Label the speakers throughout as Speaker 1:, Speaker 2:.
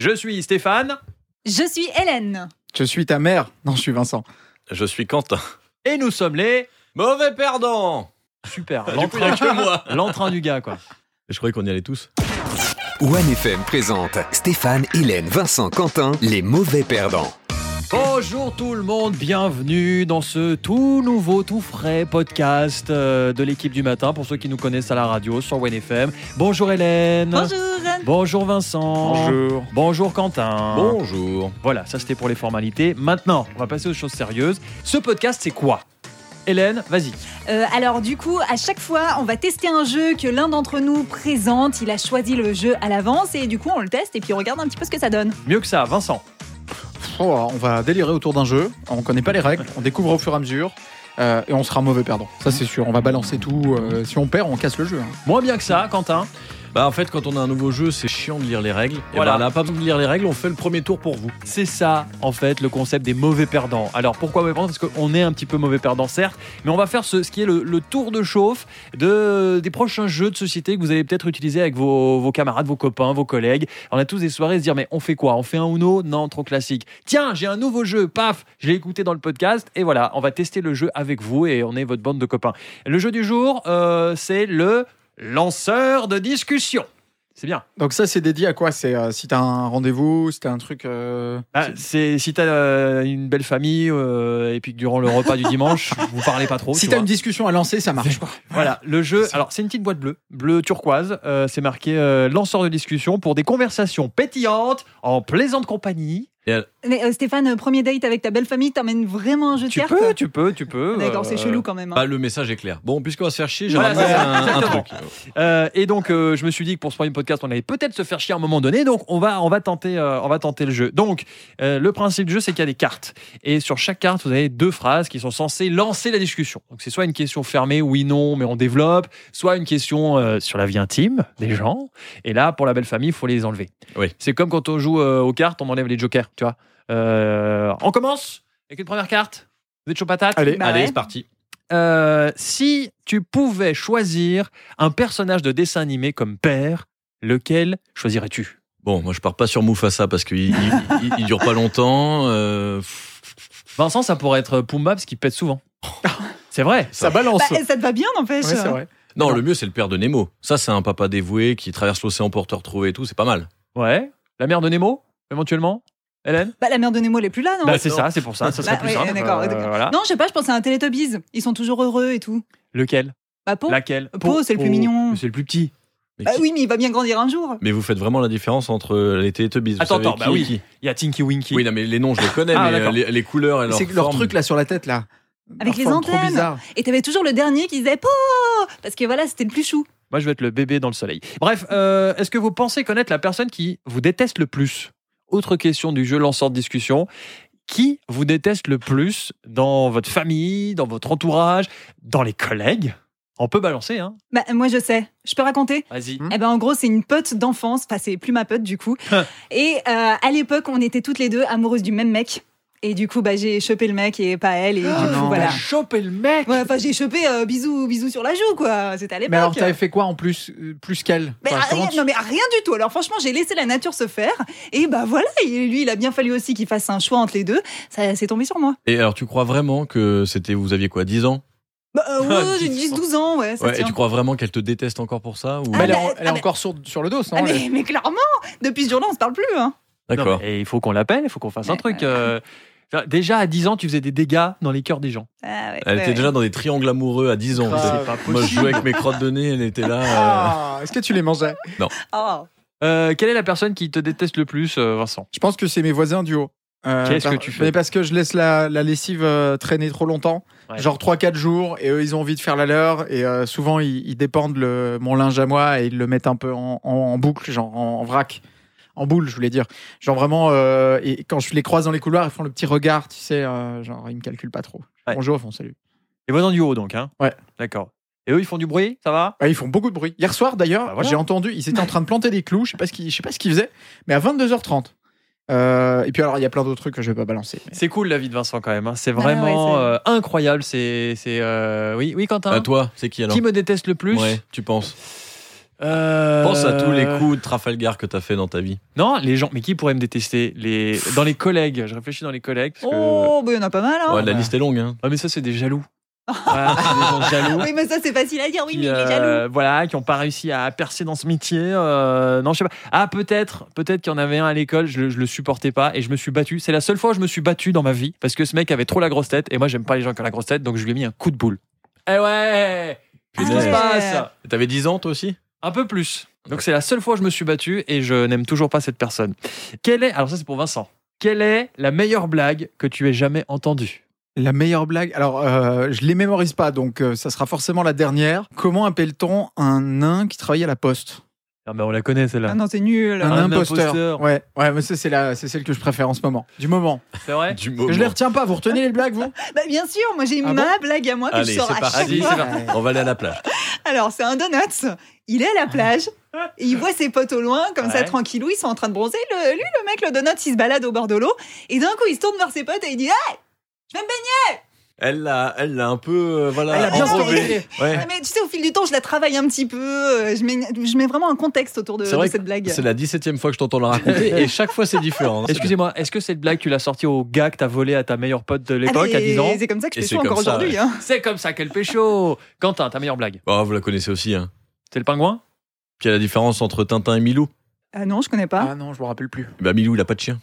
Speaker 1: Je suis Stéphane
Speaker 2: Je suis Hélène.
Speaker 3: Je suis ta mère. Non, je suis Vincent.
Speaker 4: Je suis Quentin.
Speaker 1: et nous sommes les
Speaker 4: Mauvais perdant
Speaker 1: super
Speaker 4: Du coup, il y a que moi
Speaker 1: l'entrain du gars quoi.
Speaker 4: Je croyais qu'on y allait tous.
Speaker 5: OneFM présente Stéphane, Hélène, Vincent, Quentin, les mauvais perdants.
Speaker 1: Bonjour tout le monde, bienvenue dans ce tout nouveau, tout frais podcast euh, de l'équipe du matin pour ceux qui nous connaissent à la radio sur WNFM. Bonjour Hélène.
Speaker 2: Bonjour.
Speaker 1: Bonjour Vincent.
Speaker 3: Bonjour.
Speaker 1: Bonjour Quentin.
Speaker 4: Bonjour.
Speaker 1: Voilà, ça c'était pour les formalités. Maintenant, on va passer aux choses sérieuses. Ce podcast, c'est quoi Hélène, vas-y.
Speaker 2: Euh, alors du coup, à chaque fois, on va tester un jeu que l'un d'entre nous présente. Il a choisi le jeu à l'avance et du coup, on le teste et puis on regarde un petit peu ce que ça donne.
Speaker 1: Mieux que ça, Vincent.
Speaker 3: Pff, oh, on va délirer autour d'un jeu. On connaît pas les règles. On découvre au fur et à mesure. euh, et on sera mauvais perdant. Ça, c'est sûr. On va balancer tout. euh, si on perd, on casse le jeu. hein.
Speaker 1: Moins bien que ça, Quentin.
Speaker 4: Bah en fait, quand on a un nouveau jeu, c'est chiant de lire les règles. Et
Speaker 1: Voilà.
Speaker 4: ben, on n'a pas besoin de lire les règles, on fait le premier tour pour vous.
Speaker 1: C'est ça, en fait, le concept des mauvais perdants. Alors pourquoi mauvais perdants Parce qu'on est un petit peu mauvais perdants, certes, mais on va faire ce, ce qui est le, le tour de chauffe de, des prochains jeux de société que vous allez peut-être utiliser avec vos, vos camarades, vos copains, vos collègues. On a tous des soirées à se dire mais on fait quoi On fait un Uno Non, trop classique. Tiens, j'ai un nouveau jeu, paf Je l'ai écouté dans le podcast et voilà, on va tester le jeu avec vous et on est votre bande de copains. Le jeu du jour, euh, c'est le lanceur de discussion. C'est bien.
Speaker 3: Donc, ça, c'est dédié à quoi C'est euh, si t'as un rendez-vous, si t'as un truc. euh,
Speaker 1: Ah, c'est si t'as euh, une belle famille euh, et puis que durant le repas du dimanche vous parlez pas trop.
Speaker 3: si
Speaker 1: Oh, tu
Speaker 3: t'as
Speaker 1: vois.
Speaker 3: une discussion à lancer, ça marche.
Speaker 1: Voilà le jeu. Alors c'est une petite boîte bleue, bleu turquoise. euh, c'est marqué euh, lanceur de discussion pour des conversations pétillantes en plaisante compagnie.
Speaker 2: Mais euh, Stéphane, euh, premier date avec ta belle famille, t'emmènes vraiment un jeu de
Speaker 1: Tu
Speaker 2: cartes
Speaker 1: peux, tu peux, tu peux.
Speaker 2: D'accord, c'est
Speaker 1: euh,
Speaker 2: chelou quand même. hein.
Speaker 4: Bah, le message est clair. Bon, puisqu'on va se faire chier, j'ai
Speaker 1: Voilà,
Speaker 4: ramené
Speaker 1: c'est ça,
Speaker 4: un, un
Speaker 1: exactement.
Speaker 4: truc.
Speaker 1: Euh, et donc, euh, je me suis dit que pour ce premier podcast, on allait peut-être se faire chier à un moment donné. Donc, on va, on va, tenter, euh, on va tenter le jeu. Donc, euh, le principe du jeu, c'est qu'il y a des cartes. Et sur chaque carte, vous avez deux phrases qui sont censées lancer la discussion. Donc, c'est soit une question fermée, oui, non, mais on développe, soit une question euh, sur la vie intime des gens. Et là, pour la belle famille, il faut les enlever.
Speaker 4: Oui.
Speaker 1: C'est comme quand on joue euh, aux cartes, on enlève les jokers, tu vois. Euh, on commence avec une première carte. Vous êtes chaud patate
Speaker 3: Allez.
Speaker 2: Bah
Speaker 4: Allez,
Speaker 2: ouais.
Speaker 4: c'est parti.
Speaker 1: euh, si tu pouvais choisir un personnage de dessin animé comme père, lequel choisirais-tu
Speaker 4: Bon, moi je pars pas sur Mufasa parce qu'il il, il- il dure pas longtemps. euh,
Speaker 1: Vincent, ça pourrait être Pumba parce qu'il pète souvent. C'est vrai.
Speaker 3: Ça balance.
Speaker 2: Bah, eh, ça te va bien, n'empêche.
Speaker 3: Ouais, c'est vrai.
Speaker 4: Non, le mieux c'est le père de Nemo. Ça, c'est un papa dévoué qui traverse l'océan pour te retrouver et tout, c'est pas mal.
Speaker 1: Ouais. La mère de Nemo, éventuellement Hélène
Speaker 2: Bah, la mère de Nemo, elle est plus là, non
Speaker 1: bah, C'est ça, c'est pour ça. Ça serait
Speaker 2: Bah,
Speaker 1: plus
Speaker 2: ouais,
Speaker 1: simple.
Speaker 2: d'accord,
Speaker 1: Euh,
Speaker 2: d'accord.
Speaker 1: voilà.
Speaker 2: Non, je sais pas, je pense à un Teletubbies. Ils sont toujours heureux et tout.
Speaker 1: Lequel
Speaker 2: Bah, Po.
Speaker 1: Laquelle
Speaker 2: Po, c'est le plus mignon.
Speaker 1: Mais C'est le plus petit.
Speaker 4: Mais,
Speaker 2: Bah
Speaker 4: qui-
Speaker 2: oui, mais il va bien grandir un jour.
Speaker 4: mais vous faites vraiment la différence entre les Teletubbies. vous
Speaker 1: Attends,
Speaker 4: savez
Speaker 1: attends,
Speaker 4: qui
Speaker 1: bah
Speaker 4: est
Speaker 1: oui.
Speaker 4: qui
Speaker 1: Il y a Tinky Winky.
Speaker 4: Oui, non, mais les noms, je les connais,
Speaker 1: Ah,
Speaker 4: mais euh,
Speaker 1: d'accord.
Speaker 4: les, les couleurs et leur
Speaker 3: C'est que leur
Speaker 4: forme.
Speaker 3: truc là sur la tête là.
Speaker 2: Avec
Speaker 3: Leur
Speaker 2: les
Speaker 3: forme trop
Speaker 2: antennes.
Speaker 3: bizarre.
Speaker 2: Et t'avais toujours le dernier qui disait Po Parce que voilà, c'était le plus chou.
Speaker 1: Moi, je vais être le bébé dans le soleil. Bref, euh, est-ce que vous pensez connaître la personne qui vous déteste le plus Autre question du jeu lanceur de discussion. Qui vous déteste le plus dans votre famille, dans votre entourage, dans les collègues On peut balancer, hein
Speaker 2: Bah, moi, je sais. Je peux raconter
Speaker 1: Vas-y.
Speaker 3: Hmm.
Speaker 2: Eh ben, en gros, c'est une pote d'enfance. Enfin, c'est plus ma pote, du coup. et euh, à l'époque, on était toutes les deux amoureuses du même mec. Et du coup, bah, j'ai chopé le mec et pas elle. Et du coup,
Speaker 3: Oh, non.
Speaker 2: voilà.
Speaker 1: Choper le mec
Speaker 2: Ouais, Enfin, j'ai chopé euh, bisous, bisous sur la joue, quoi. C'était à l'époque.
Speaker 3: Mais alors, t'avais fait quoi en plus euh, Plus qu'elle
Speaker 2: Mais
Speaker 3: Enfin, comment
Speaker 2: rien,
Speaker 3: tu-
Speaker 2: non mais rien du tout. Alors franchement, j'ai laissé la nature se faire. Et bah voilà, et lui, il a bien fallu aussi qu'il fasse un choix entre les deux. Ça s'est tombé sur moi.
Speaker 4: Et alors, tu crois vraiment que c'était. Vous aviez quoi, 10 ans
Speaker 2: Bah euh,
Speaker 3: Ah,
Speaker 2: ouais, j'ai 10-12 ans, ouais. Ça
Speaker 4: Ouais,
Speaker 2: se
Speaker 4: Et
Speaker 2: tient.
Speaker 4: tu crois vraiment qu'elle te déteste encore pour ça ou...
Speaker 2: Ah,
Speaker 3: Mais elle est,
Speaker 2: bah,
Speaker 3: en- elle est
Speaker 2: ah, mais-
Speaker 3: encore sourde sur le dos, non
Speaker 2: Ah,
Speaker 3: elle-
Speaker 2: mais, mais clairement, depuis ce jour-là, on se parle plus. Hein.
Speaker 4: D'accord.
Speaker 1: Et il faut qu'on l'appelle, il faut qu'on fasse un
Speaker 2: Ouais,
Speaker 1: truc. euh, enfin, Déjà à 10 ans, tu faisais des dégâts dans les cœurs des gens.
Speaker 2: Ah, ouais,
Speaker 4: Elle
Speaker 2: ouais,
Speaker 4: était
Speaker 2: ouais.
Speaker 4: déjà dans des triangles amoureux à 10 ans.
Speaker 3: Grave.
Speaker 4: C'est pas possible. Euh, Moi, je jouais avec mes crottes de nez, elle était là. euh,
Speaker 3: Ah, Est-ce que tu les mangeais
Speaker 2: Oh.
Speaker 1: Euh, quelle est la personne qui te déteste le plus, euh, Vincent
Speaker 3: Je pense que c'est mes voisins du haut. Euh,
Speaker 1: Qu'est-ce
Speaker 3: par-
Speaker 1: que tu fais
Speaker 3: mais Parce que je laisse la, la lessive euh, traîner trop longtemps,
Speaker 1: Ouais.
Speaker 3: genre 3-4 jours, et eux ils ont envie de faire la leur, et euh, souvent ils, ils dépendent le, mon linge à moi et ils le mettent un peu en, en- en boucle, genre en, en vrac, en boule, je voulais dire. Genre vraiment, euh, et quand je les croise dans les couloirs, ils font le petit regard, tu sais, euh, genre ils me calculent pas trop.
Speaker 1: Ouais.
Speaker 3: Bonjour, ils font salut.
Speaker 1: Les voisins du haut, donc. Hein
Speaker 3: Ouais.
Speaker 1: D'accord. Et eux, ils font du bruit, ça va
Speaker 3: Ouais, Bah, ils font beaucoup de bruit. Hier soir, d'ailleurs,
Speaker 1: Bah voilà.
Speaker 3: j'ai entendu, ils étaient en train de planter des clous, je sais pas ce qu'ils je sais pas ce qu'ils faisaient, mais à 22h30. Euh, et puis alors, il y a plein d'autres trucs que je vais pas balancer. mais-
Speaker 1: C'est cool la vie de Vincent quand même. hein. C'est
Speaker 2: Ah ouais,
Speaker 1: vraiment
Speaker 2: c'est-
Speaker 1: euh, incroyable. C'est, c'est euh, oui, oui Quentin.
Speaker 4: À toi, c'est qui alors
Speaker 1: qui me déteste le plus
Speaker 4: Ouais, tu penses
Speaker 1: Euh,
Speaker 4: Pense à tous les coups de Trafalgar que t'as fait dans ta vie.
Speaker 1: Non, les gens. Mais qui pourrait me détester les... Dans les collègues. Je réfléchis dans les collègues. parce que-
Speaker 2: Oh, bah, il y en a pas mal, hein.
Speaker 4: Ouais, la liste est longue. Hein.
Speaker 1: Ah, mais ça, c'est des jaloux. Voilà, c'est des gens jaloux.
Speaker 2: Oui, mais ça, c'est facile à dire. Oui,
Speaker 1: qui,
Speaker 2: mais il est jaloux.
Speaker 1: euh, voilà, qui n'ont pas réussi à percer dans ce métier. euh, non, je sais pas. Ah, peut-être, peut-être qu'il y en avait un à l'école, je, le- je le supportais pas et je me suis battu. C'est la seule fois où je me suis battu dans ma vie parce que ce mec avait trop la grosse tête et moi j'aime pas les gens qui ont la grosse tête, donc je lui ai mis un coup de boule. Eh ouais
Speaker 2: Ah,
Speaker 1: Qu'est-ce qui se
Speaker 2: ouais.
Speaker 1: passe
Speaker 4: Et T'avais 10 ans toi aussi
Speaker 1: Un peu plus. Donc c'est la seule fois où je me suis battu et je n'aime toujours pas cette personne. Quelle est alors ça c'est pour Vincent. Quelle est la meilleure blague que tu aies jamais entendue
Speaker 3: La meilleure blague. Alors, euh, je les mémorise pas, donc euh, ça sera forcément la dernière. Comment appelle-t-on un nain qui travaille à la poste
Speaker 1: Non mais on la connaît
Speaker 2: Ah
Speaker 1: celle-là.
Speaker 2: non, c'est nul.
Speaker 3: Un,
Speaker 1: Un
Speaker 3: imposteur.
Speaker 1: imposteur.
Speaker 3: Ouais, ouais, mais ça, c'est la, c'est celle que je préfère en ce moment. Du moment.
Speaker 1: C'est vrai
Speaker 4: Du
Speaker 3: Que
Speaker 4: moment.
Speaker 3: Je les retiens pas. Vous retenez les blagues, vous
Speaker 2: Bah, bien sûr, moi, j'ai
Speaker 3: Ah
Speaker 2: ma blague à moi que
Speaker 4: Allez,
Speaker 2: je sors
Speaker 4: c'est
Speaker 2: à
Speaker 4: parti.
Speaker 2: chaque
Speaker 1: Vas-y,
Speaker 2: fois.
Speaker 1: c'est parti.
Speaker 3: Ouais.
Speaker 4: On va aller à la plage.
Speaker 2: Alors, c'est un donuts. Il est à la plage. et il voit ses potes au loin, comme ça,
Speaker 1: Ouais.
Speaker 2: tranquillou. Ils sont en train de bronzer. Le- lui, le mec, le donut, il se balade au bord de l'eau. Et d'un coup, il se tourne vers ses potes et il dit ah, Hey,
Speaker 4: Elle l'a, elle l'a un peu, euh, voilà,
Speaker 3: Elle a bien
Speaker 4: enrobée.
Speaker 3: corrigé.
Speaker 4: Ouais.
Speaker 2: mais tu sais, au fil du temps, je la travaille un petit peu. euh, Je mets, je mets vraiment un contexte autour de,
Speaker 4: C'est
Speaker 2: de
Speaker 4: vrai que
Speaker 2: cette blague.
Speaker 4: C'est la 17 e fois que je t'entends la raconter et chaque fois c'est différent. hein.
Speaker 1: Excusez-moi, est-ce que cette blague, tu l'as sortie au gars que t'as volé à ta meilleure pote de
Speaker 2: Ah,
Speaker 1: l'époque à 10 ans
Speaker 2: c'est- C'est comme ça que je
Speaker 4: Et
Speaker 2: fais
Speaker 4: c'est
Speaker 2: chaud encore
Speaker 4: comme ça,
Speaker 2: aujourd'hui.
Speaker 4: ouais.
Speaker 2: hein.
Speaker 1: C'est comme ça qu'elle pécho Quentin, ta meilleure blague
Speaker 4: Oh, vous la connaissez aussi. Hein.
Speaker 1: C'est le pingouin
Speaker 4: Quelle est la différence entre Tintin et Milou
Speaker 2: Ah non, je connais pas.
Speaker 3: Ah non, je me rappelle plus.
Speaker 4: Bah Milou il a pas de chien.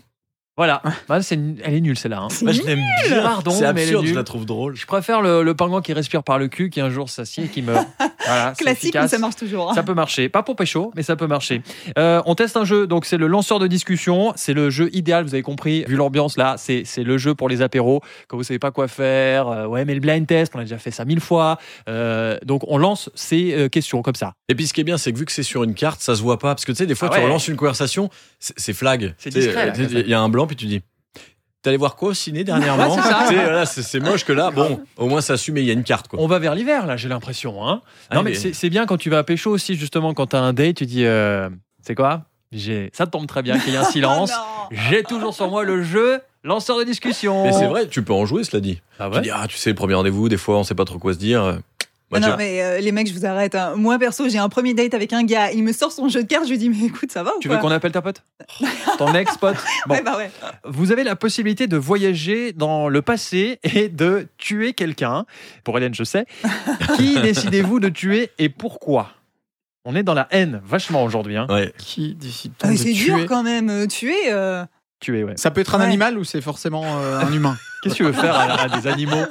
Speaker 1: Voilà. Bah, c'est une- Elle est nulle celle-là. hein.
Speaker 2: C'est
Speaker 4: Moi, je
Speaker 2: nul.
Speaker 4: l'aime bien.
Speaker 1: C'est Lardon,
Speaker 4: c'est
Speaker 1: mais elle est
Speaker 4: absurde, je
Speaker 1: nulle.
Speaker 4: la trouve drôle.
Speaker 1: Je préfère le, le pingouin qui respire par le cul, qui un jour s'assied et qui meurt. Voilà, c'est
Speaker 2: classique, mais
Speaker 1: efficace.
Speaker 2: ça marche toujours.
Speaker 1: Ça peut marcher. Pas pour pécho, mais ça peut marcher. Euh, on teste un jeu. Donc, c'est le lanceur de discussion. C'est le jeu idéal. Vous avez compris, vu l'ambiance là, c'est c'est le jeu pour les apéros. Quand vous savez pas quoi faire. euh, ouais, mais le blind test, on a déjà fait ça mille fois. Euh, donc, on lance ces euh, questions comme ça.
Speaker 4: Et puis ce qui est bien, c'est que vu que c'est sur une carte, ça se voit pas. Parce que tu sais, des fois,
Speaker 1: Ah
Speaker 4: tu
Speaker 1: ouais.
Speaker 4: relances une conversation, c'est c'est flag.
Speaker 1: C'est
Speaker 4: Tu sais,
Speaker 1: discret, là,
Speaker 4: tu sais,
Speaker 1: comme ça.
Speaker 4: Il y a un blanc, puis tu dis T'es allé voir quoi au ciné dernièrement
Speaker 1: Ouais, c'est ça.
Speaker 4: Tu sais, voilà, C'est c'est moche que là, bon, au moins ça assume et il y a une carte. Quoi.
Speaker 1: On va vers l'hiver, là, j'ai l'impression. Hein
Speaker 4: Ah,
Speaker 1: non, mais,
Speaker 4: mais-
Speaker 1: c'est- c'est bien quand tu vas à pécho aussi, justement, quand t'as un date, tu dis euh, C'est quoi J'ai- Ça tombe très bien qu'il y ait un silence.
Speaker 2: Ah non.
Speaker 1: j'ai toujours sur moi le jeu lanceur de discussion.
Speaker 4: Mais c'est vrai, tu peux en jouer, cela dit.
Speaker 1: Ah
Speaker 4: Tu
Speaker 1: ouais
Speaker 4: dis Ah, tu sais, le premier rendez-vous, des fois, on sait pas trop quoi se dire. Euh, moi,
Speaker 2: non,
Speaker 4: déjà,
Speaker 2: mais euh, les mecs, je vous arrête. hein. Moi, perso, j'ai un premier date avec un gars. Il me sort son jeu de cartes. Je lui dis, mais écoute, ça va ou
Speaker 1: Tu
Speaker 2: quoi
Speaker 1: veux qu'on appelle ta pote Ton ex-pote Bon,
Speaker 2: Ouais, bah ouais.
Speaker 1: vous avez la possibilité de voyager dans le passé et de tuer quelqu'un. Pour Hélène, je sais. Qui décidez-vous de tuer et pourquoi On est dans la haine, vachement aujourd'hui. Hein.
Speaker 4: ouais.
Speaker 3: Qui décide
Speaker 2: Ah,
Speaker 3: de
Speaker 2: c'est
Speaker 3: tuer
Speaker 2: dur quand même. euh, Tuer. euh,
Speaker 1: Tuer, ouais.
Speaker 3: Ça peut être un
Speaker 2: Ouais.
Speaker 3: animal ou c'est forcément euh, un humain
Speaker 1: Qu'est-ce que tu veux faire à, à des animaux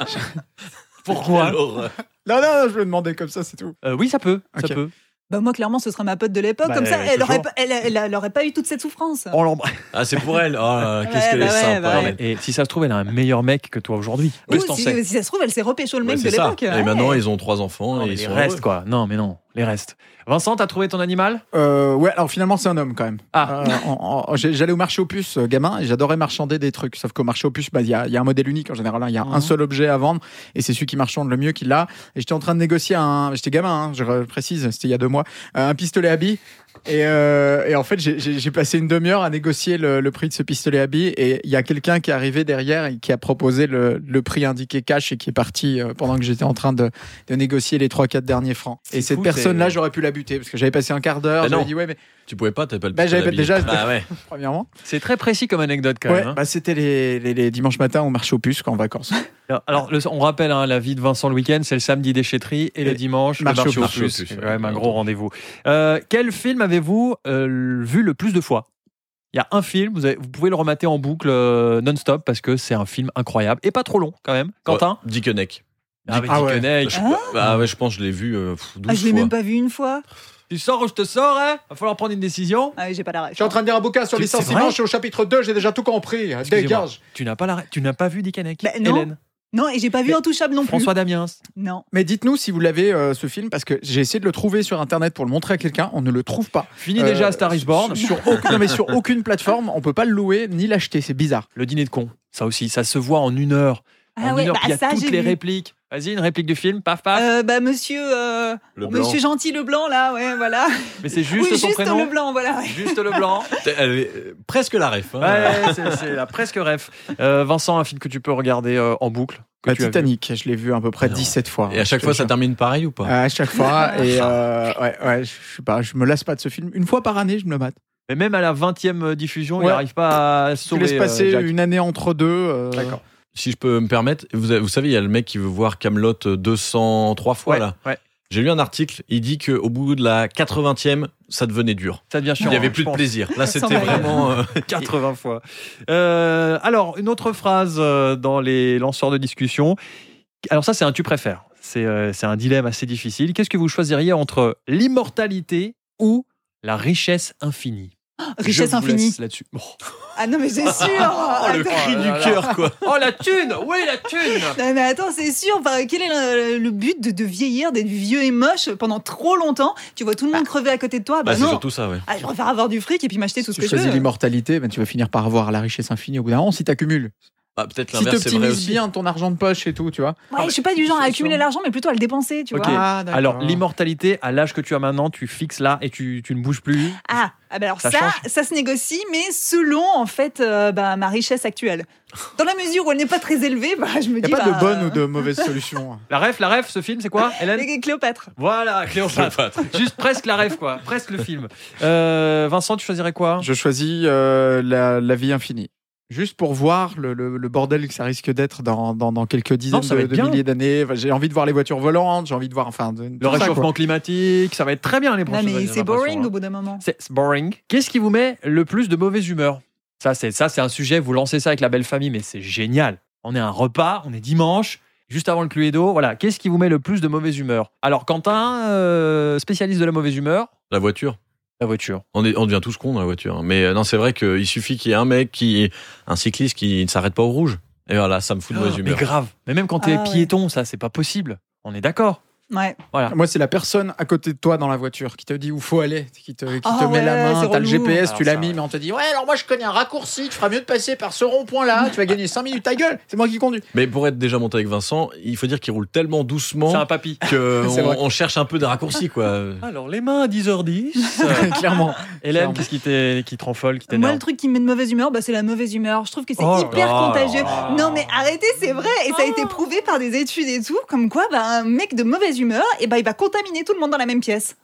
Speaker 1: Pourquoi
Speaker 4: Alors, euh,
Speaker 3: Non, non, je le demandais comme ça, c'est tout.
Speaker 1: Euh, Oui, ça peut,
Speaker 3: Ok.
Speaker 1: ça peut.
Speaker 2: Bah moi clairement ce serait ma pote de l'époque
Speaker 1: Bah, Oh,
Speaker 2: comme ça
Speaker 1: euh,
Speaker 2: elle aurait,
Speaker 1: toujours.
Speaker 2: pas- elle, elle- elle aurait pas eu toute cette souffrance.
Speaker 1: On l'embrasse.
Speaker 4: Ah, c'est pour elle. Ah, qu'est-ce
Speaker 2: Ouais,
Speaker 4: qu'elle
Speaker 2: bah
Speaker 4: est
Speaker 2: ouais,
Speaker 4: sympa.
Speaker 2: bah ouais.
Speaker 4: elle.
Speaker 1: Et si ça se trouve, elle a un meilleur mec que toi aujourd'hui.
Speaker 2: Ou
Speaker 1: Qu'est-ce que t'en
Speaker 2: si, euh,
Speaker 1: sais
Speaker 2: si ça se trouve elle s'est repêchée le
Speaker 4: Ouais,
Speaker 2: mec de
Speaker 4: c'est ça.
Speaker 2: l'époque. euh. hein.
Speaker 4: Et
Speaker 2: Ouais.
Speaker 4: maintenant, ils ont trois enfants
Speaker 1: Non,
Speaker 4: et
Speaker 1: mais
Speaker 4: ils
Speaker 1: les
Speaker 4: sont.
Speaker 1: restes,
Speaker 4: heureux.
Speaker 1: quoi. Non, mais non, les restes. Vincent, t'as trouvé ton animal
Speaker 3: Euh, ouais, alors finalement, c'est un homme quand même.
Speaker 1: Ah.
Speaker 3: Euh, en- en- j'ai- J'allais au marché aux puces, euh, gamin, et j'adorais marchander des trucs. Sauf qu'au marché aux puces, bah, il y, a- il y a un modèle unique en général. hein. Il y a
Speaker 1: Mhm.
Speaker 3: un seul objet à vendre, et c'est celui qui marchande le mieux qui l'a. Et j'étais en train de négocier un. J'étais gamin, hein, je re- précise, c'était il y a deux mois. euh, Un pistolet à billes. Et, euh, et en fait, j'ai- j'ai j'ai passé une demi-heure à négocier le, le prix de ce pistolet à billes. Et il y a quelqu'un qui est arrivé derrière et qui a proposé le, le prix indiqué cash et qui est parti euh, pendant que j'étais en train de, de négocier les 3-4 derniers francs.
Speaker 1: C'est
Speaker 3: Et cette
Speaker 1: fou,
Speaker 3: personne-là,
Speaker 1: c'est-
Speaker 3: j'aurais pu la buter parce que j'avais passé un quart d'heure.
Speaker 1: Bah
Speaker 4: Ben
Speaker 3: j'avais
Speaker 4: non.
Speaker 3: dit, ouais, mais
Speaker 4: Tu pouvais pas, t'avais pas le
Speaker 3: Bah,
Speaker 4: petit
Speaker 3: j'avais pas-
Speaker 4: habillé.
Speaker 3: déjà,
Speaker 4: Bah, ouais.
Speaker 3: premièrement.
Speaker 1: C'est très précis comme anecdote quand
Speaker 3: Ouais,
Speaker 1: même. hein.
Speaker 3: bah c'était les, les, les dimanches matins on marche aux puces quand en vacances.
Speaker 1: Alors, alors, le- on rappelle hein, la vie de Vincent le week-end, c'est le samedi déchetterie et, le
Speaker 3: Et
Speaker 1: dimanche le
Speaker 3: marché
Speaker 1: marché
Speaker 3: aux
Speaker 1: aux
Speaker 4: puces.
Speaker 1: puces.
Speaker 4: Marché aux
Speaker 1: C'est
Speaker 4: puces,
Speaker 1: quand même un
Speaker 4: ouais.
Speaker 1: gros rendez-vous. Euh, quel film avez-vous euh, vu le plus de fois Il y a un film, vous, avez- vous pouvez le remater en boucle euh, non-stop parce que c'est un film incroyable et pas trop long quand même. Quentin
Speaker 4: Ouais, Dick Henneck.
Speaker 1: Ah, mais
Speaker 3: Ah
Speaker 1: Dick
Speaker 3: ouais.
Speaker 1: Henneck.
Speaker 4: Je-
Speaker 2: Ah.
Speaker 4: Bah ouais, je pense que je l'ai vu euh, pff, 12
Speaker 2: Ah, je l'ai
Speaker 4: fois.
Speaker 2: même pas vu une fois.
Speaker 1: Tu sors ou je te sors, hein Va falloir prendre une décision.
Speaker 2: Ah oui, j'ai pas la ref.
Speaker 3: Je suis en train de lire un bouquin sur
Speaker 1: C'est- c'est
Speaker 3: licenciement,
Speaker 1: vrai
Speaker 3: je suis au chapitre 2, j'ai déjà tout compris.
Speaker 1: Excusez-moi.
Speaker 3: Dégage.
Speaker 1: Tu n'as pas, la... tu n'as pas vu Dick Henneck,
Speaker 2: Bah, non.
Speaker 1: Hélène,
Speaker 2: Non et j'ai pas vu
Speaker 3: Mais-
Speaker 2: Intouchable non plus.
Speaker 1: François Damiens.
Speaker 2: Non.
Speaker 3: Mais dites-nous si vous l'avez euh, ce film parce que j'ai essayé de le trouver sur internet pour le montrer à quelqu'un, on ne le trouve pas.
Speaker 1: Fini
Speaker 3: Euh,
Speaker 1: déjà à Star is Born.
Speaker 3: Sur, sur aucune, non, mais sur aucune plateforme, on peut pas le louer ni l'acheter, c'est bizarre.
Speaker 1: Le dîner de con, ça aussi, ça se voit en une heure.
Speaker 2: Ah
Speaker 1: en
Speaker 2: ouais,
Speaker 1: une heure,
Speaker 2: bah
Speaker 1: puis il y a
Speaker 2: ça
Speaker 1: toutes
Speaker 2: j'ai
Speaker 1: les
Speaker 2: vu.
Speaker 1: répliques. Vas-y, une réplique du film, paf, paf.
Speaker 2: Euh, bah, monsieur, euh,
Speaker 4: Le blanc.
Speaker 2: monsieur gentil Leblanc, là, ouais, voilà.
Speaker 1: Mais c'est juste
Speaker 2: oui,
Speaker 1: son
Speaker 2: juste
Speaker 1: prénom.
Speaker 2: Leblanc, voilà. ouais.
Speaker 1: Juste le blanc.
Speaker 4: Elle est, euh, presque la ref. hein.
Speaker 1: Ouais, c'est- c'est la presque ref. Euh, Vincent, un film que tu peux regarder euh, en boucle. Que
Speaker 3: Bah,
Speaker 1: tu as vu.
Speaker 3: Titanic, je l'ai vu à peu près
Speaker 4: Non.
Speaker 3: 17 fois.
Speaker 4: Et à chaque
Speaker 3: Je te
Speaker 4: fois, ça
Speaker 3: jure.
Speaker 4: termine pareil ou pas
Speaker 3: À chaque fois. et euh, ouais, ouais, je sais pas, je me lasse pas de ce film. Une fois par année, je me le mate.
Speaker 1: Mais même à la 20e diffusion, il
Speaker 3: Ouais.
Speaker 1: n'arrive pas à
Speaker 3: Tu
Speaker 1: sauver.
Speaker 3: laisses passer
Speaker 1: euh, Jack.
Speaker 3: une année entre deux. euh,
Speaker 1: D'accord.
Speaker 4: Si je peux me permettre, vous, avez- vous savez, il y a le mec qui veut voir Camelot euh, 203 fois
Speaker 1: Ouais,
Speaker 4: là.
Speaker 1: ouais.
Speaker 4: J'ai lu un article, il dit qu'au bout de la 80e, ça devenait dur.
Speaker 1: Ça devient chiant.
Speaker 4: Il n'y avait
Speaker 1: hein, je
Speaker 4: plus de
Speaker 1: pense.
Speaker 4: plaisir. Là,
Speaker 2: Ça
Speaker 4: c'était
Speaker 2: s'emballe.
Speaker 4: vraiment. euh,
Speaker 1: 80 fois. Euh, alors, une autre phrase euh, dans les lanceurs de discussion. Alors ça, c'est un tu préfères. C'est euh, c'est un dilemme assez difficile. Qu'est-ce que vous choisiriez entre l'immortalité ou la richesse infinie
Speaker 2: Richesse
Speaker 1: Je vous
Speaker 2: infinie.
Speaker 1: laisse Là-dessus. Oh,
Speaker 2: Ah non, mais c'est sûr.
Speaker 4: Oh, le
Speaker 2: Attends.
Speaker 4: cri
Speaker 1: Oh
Speaker 4: du
Speaker 1: là là.
Speaker 4: cœur, quoi.
Speaker 1: Oh, la thune Oui, la thune
Speaker 2: Non, mais attends, c'est sûr. Enfin, quel est le, le but de, de vieillir, d'être vieux et moche pendant trop longtemps Tu vois tout le monde crever à côté de toi. Bah,
Speaker 4: Bah, c'est
Speaker 2: non.
Speaker 4: surtout ça, ouais.
Speaker 2: Ah, je préfère avoir du fric et puis m'acheter tout
Speaker 3: Si
Speaker 2: ce
Speaker 3: tu
Speaker 2: que je
Speaker 3: choisis
Speaker 2: veux.
Speaker 3: l'immortalité, ben, tu vas finir par avoir la richesse infinie au bout d'un an si t'accumules.
Speaker 4: Bah, peut-être
Speaker 3: Si
Speaker 4: l'inverse, c'est vrai
Speaker 3: t'optimises
Speaker 4: aussi. hein.
Speaker 3: bien ton argent de poche et tout, tu vois.
Speaker 2: Ouais, je suis pas du genre à
Speaker 3: Ah, c'est
Speaker 2: accumuler
Speaker 3: sûr.
Speaker 2: l'argent, mais plutôt à le dépenser, tu
Speaker 1: Ok.
Speaker 2: vois.
Speaker 3: Ah, d'accord.
Speaker 1: Alors, l'immortalité, à l'âge que tu as maintenant, tu fixes là et tu, tu ne bouges plus.
Speaker 2: Ah, ah bah alors
Speaker 1: Ça
Speaker 2: ça,
Speaker 1: change.
Speaker 2: ça, se négocie, mais selon en fait euh, bah, ma richesse actuelle. Dans la mesure où elle n'est pas très élevée, bah, je me
Speaker 3: Il
Speaker 2: dis.
Speaker 3: n'y a
Speaker 2: bah,
Speaker 3: pas de bonne ou de mauvaise solution.
Speaker 1: La ref, la ref, ce film, c'est quoi, Hélène
Speaker 2: euh, Cléopâtre.
Speaker 1: Voilà, Cléopâtre.
Speaker 4: Cléopâtre.
Speaker 1: Juste presque la ref, quoi. Presque le film. Euh, Vincent, tu choisirais quoi
Speaker 3: Je choisis euh, la, la vie infinie. Juste pour voir le, le- le bordel que ça risque d'être dans, dans- dans quelques dizaines
Speaker 1: ça va
Speaker 3: de,
Speaker 1: être
Speaker 3: de
Speaker 1: bien.
Speaker 3: milliers d'années. Enfin, j'ai envie de voir les voitures volantes, j'ai envie de voir enfin de- tout
Speaker 1: Le
Speaker 3: ça, quoi.
Speaker 1: réchauffement climatique, ça va être très bien les
Speaker 2: Non,
Speaker 1: prochaines années,
Speaker 2: mais
Speaker 1: j'ai
Speaker 2: c'est
Speaker 1: l'impression,
Speaker 2: boring
Speaker 1: hein.
Speaker 2: au bout d'un moment.
Speaker 1: C'est c'est boring. Qu'est-ce qui vous met le plus de mauvaise humeur Ça, c'est ça, c'est un sujet. Vous lancez ça avec la belle famille, mais c'est génial. On est à un repas, on est dimanche, juste avant le Cluedo. Voilà. Qu'est-ce qui vous met le plus de mauvaise humeur Alors, Quentin, euh, spécialiste de la mauvaise humeur,
Speaker 4: La voiture.
Speaker 1: la voiture.
Speaker 4: On, est- on devient tous cons dans la voiture. hein. Mais euh, non, c'est vrai qu'il suffit qu'il y ait un mec, qui, un cycliste qui ne s'arrête pas au rouge. Et voilà, ça me fout de mauvaise
Speaker 1: Oh, Ah, mais
Speaker 4: humeur.
Speaker 1: grave. Mais même quand t'es
Speaker 2: Ah, ouais.
Speaker 1: piéton, ça, c'est pas possible. On est d'accord.
Speaker 2: Ouais.
Speaker 3: Ah, Moi, c'est la personne à côté de toi dans la voiture qui te dit où faut aller, qui te, qui
Speaker 2: Ah
Speaker 3: te met la
Speaker 2: ouais,
Speaker 3: main,
Speaker 2: c'est
Speaker 3: t'as le
Speaker 2: relou.
Speaker 3: GPS, tu
Speaker 1: Alors
Speaker 3: l'as
Speaker 1: ça,
Speaker 3: mis,
Speaker 1: ouais.
Speaker 3: mais on te dit Ouais, alors moi je connais un raccourci, tu feras mieux de passer par ce rond-point-là, tu vas gagner 5 minutes, ta gueule, c'est moi qui conduis.
Speaker 4: Mais pour être déjà monté avec Vincent, il faut dire qu'il roule tellement
Speaker 1: C'est un
Speaker 4: doucement
Speaker 1: papy.
Speaker 3: C'est vrai.
Speaker 4: qu'on on cherche un peu des raccourcis, quoi.
Speaker 1: Alors, les mains à 10h10.
Speaker 3: Clairement.
Speaker 1: Hélène,
Speaker 3: Clairement.
Speaker 1: qu'est-ce qui, t'est- qui te rend folle, qui
Speaker 2: Moi,
Speaker 1: t'énerve
Speaker 2: le truc qui me met de mauvaise humeur, bah, c'est la mauvaise humeur. Je trouve que c'est
Speaker 1: Oh là
Speaker 2: hyper
Speaker 1: là
Speaker 2: contagieux.
Speaker 1: là là.
Speaker 2: Non, mais arrêtez, c'est vrai. Et ça a
Speaker 3: Oh.
Speaker 2: été prouvé par des études et tout, comme quoi bah, un mec de mauvaise humeur, et bah, il va contaminer tout le monde dans la même pièce.